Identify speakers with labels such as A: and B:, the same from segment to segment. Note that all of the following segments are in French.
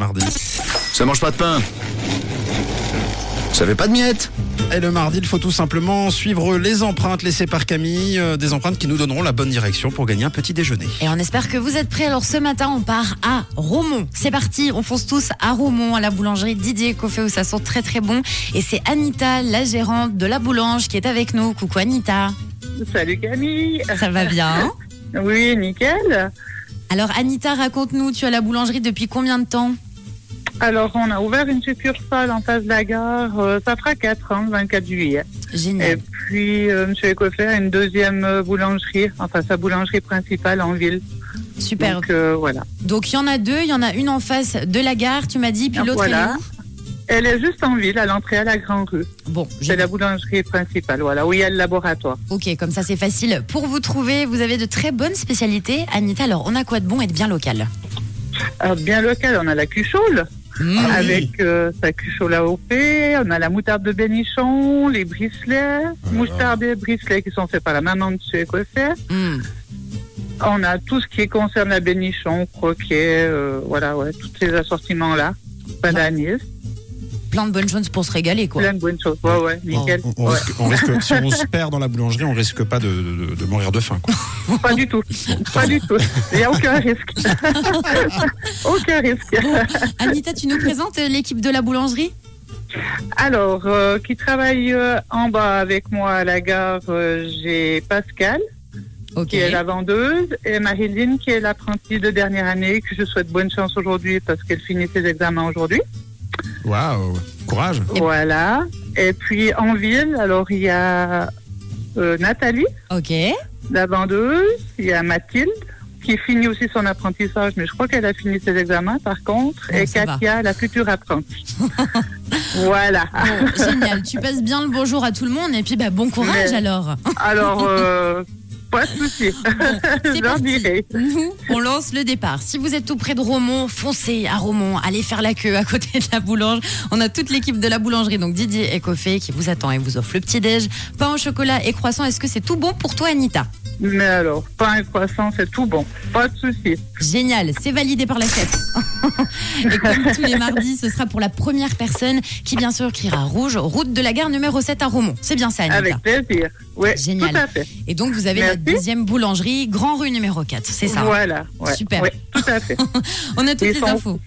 A: Mardi.
B: Ça mange pas de pain. Ça fait pas de miettes.
A: Et le mardi, il faut tout simplement suivre les empreintes laissées par Camille, euh, des empreintes qui nous donneront la bonne direction pour gagner un petit déjeuner.
C: Et on espère que vous êtes prêts. Alors ce matin, on part à Romont. C'est parti, on fonce tous à Romont, à la boulangerie Didier Coffé où ça sent très très bon. Et c'est Anita, la gérante de la boulange, qui est avec nous. Coucou Anita,
D: Salut Camille.
C: ça va bien
D: Oui, nickel.
C: Alors Anita, raconte-nous, tu as la boulangerie depuis combien de temps
D: Alors, on a ouvert une succursale en face de la gare. euh, ça fera 4 ans, le 24 juillet. Et
C: Génial.
D: puis, euh, Monsieur Écoffé a une deuxième euh, boulangerie, enfin sa boulangerie principale en ville.
C: Super.
D: Donc, euh, voilà.
C: Donc il y en a deux, il y en a une en face de la gare, tu m'as dit, puis l'autre elle est
D: Voilà.
C: où
D: Elle est juste en ville, à l'entrée à la Grande Rue.
C: Bon,
D: C'est
C: j'ai-
D: la boulangerie principale, voilà, où il y a le laboratoire.
C: ok, comme ça c'est facile. Pour vous trouver, vous avez de très bonnes spécialités. Anita, alors on a quoi de bon et de bien local
D: Alors, bien local, on a la cuchole,
C: Mmh.
A: Ah oui.
D: avec euh, sa cuchole AOP. On a la moutarde de Bénichon, les bricelets, moutarde et bricelets qui sont faits par la maman de Monsieur Écoffé.
C: Mmh.
D: On a tout ce qui concerne la bénichon, croquet, euh, voilà, ouais, tous ces assortiments-là. Pas d'anis,
C: Plein de bonnes choses pour se régaler, quoi.
D: plein de bonnes choses. Ouais, ouais, nickel.
A: On, on
D: Ouais.
A: risque, on risque- si on se perd dans la boulangerie, on risque pas de, de- de mourir de faim. quoi.
D: Pas du tout. Pas du tout. Il n'y a aucun risque. aucun risque.
C: Anita, tu nous présentes euh, l'équipe de la boulangerie
D: Alors, euh, qui travaille euh, en bas avec moi à la gare, euh, j'ai Pascal,
C: Ok.
D: qui est la vendeuse, et Marilyn, qui est l'apprentie de dernière année, que je souhaite bonne chance aujourd'hui parce qu'elle finit ses examens aujourd'hui.
A: Waouh, courage.
C: Et-
D: Voilà. Et puis en ville, alors il y a euh, Nathalie,
C: Ok.
D: la vendeuse, il y a Mathilde, qui finit aussi son apprentissage, mais je crois qu'elle a fini ses examens par contre,
C: Bon,
D: et
C: Ah, ça
D: Katia, la future apprentie. voilà.
C: Bon, génial. Tu passes bien le bonjour à tout le monde et puis bah, bon courage
D: Mais-
C: alors.
D: Alors, euh, pas de
C: C'est
D: souci. Je leur
C: parti.
D: dirai.
C: Nous, on lance le départ. Si vous êtes tout près de Romont, foncez à Romont, allez faire la queue à côté de la boulange. On a toute l'équipe de la boulangerie, donc Didier et Coffé, qui vous attend et vous offre le petit déj, pain au chocolat et croissant. Est-ce que c'est tout bon pour toi, Anita
D: Mais alors, pain et croissant, c'est tout bon. Pas de souci.
C: Génial, c'est validé par la chef. Et comme tous les mardis, ce sera pour la première personne qui, bien sûr, criera rouge, route de la gare numéro 7 à Romont. C'est bien ça, Anita.
D: Avec plaisir. Oui,
C: Génial.
D: tout à fait.
C: Et donc, vous avez la
D: Merci.
C: deuxième boulangerie, Grand Rue numéro 4, c'est ça hein
D: Voilà. ouais.
C: Super.
D: Ouais, tout à fait.
C: On a toutes les
D: Ils sont
C: infos.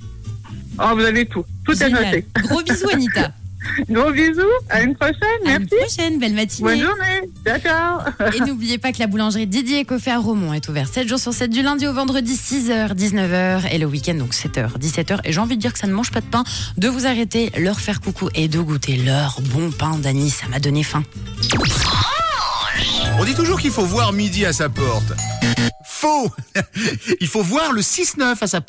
D: Oh, vous avez tout. Tout est
C: Génial.
D: noté.
C: Gros bisous, Anita.
D: Gros bisous. À une prochaine.
C: À une
D: Merci.
C: prochaine, belle
D: Bonne
C: matinée.
D: journée. Ciao, ciao.
C: Et n'oubliez pas que la boulangerie Didier et Coffé à Romont est ouverte 7 jours sur 7, du lundi au vendredi, 6h, 19h, et le week-end, donc 7h, 17h. Et j'ai envie de dire que ça ne mange pas de pain, de vous arrêter, leur faire coucou et de goûter leur bon pain d'anis. Ça m'a donné faim.
B: On dit toujours qu'il faut voir midi à sa porte. Faux Il faut voir le 6-9 à sa porte.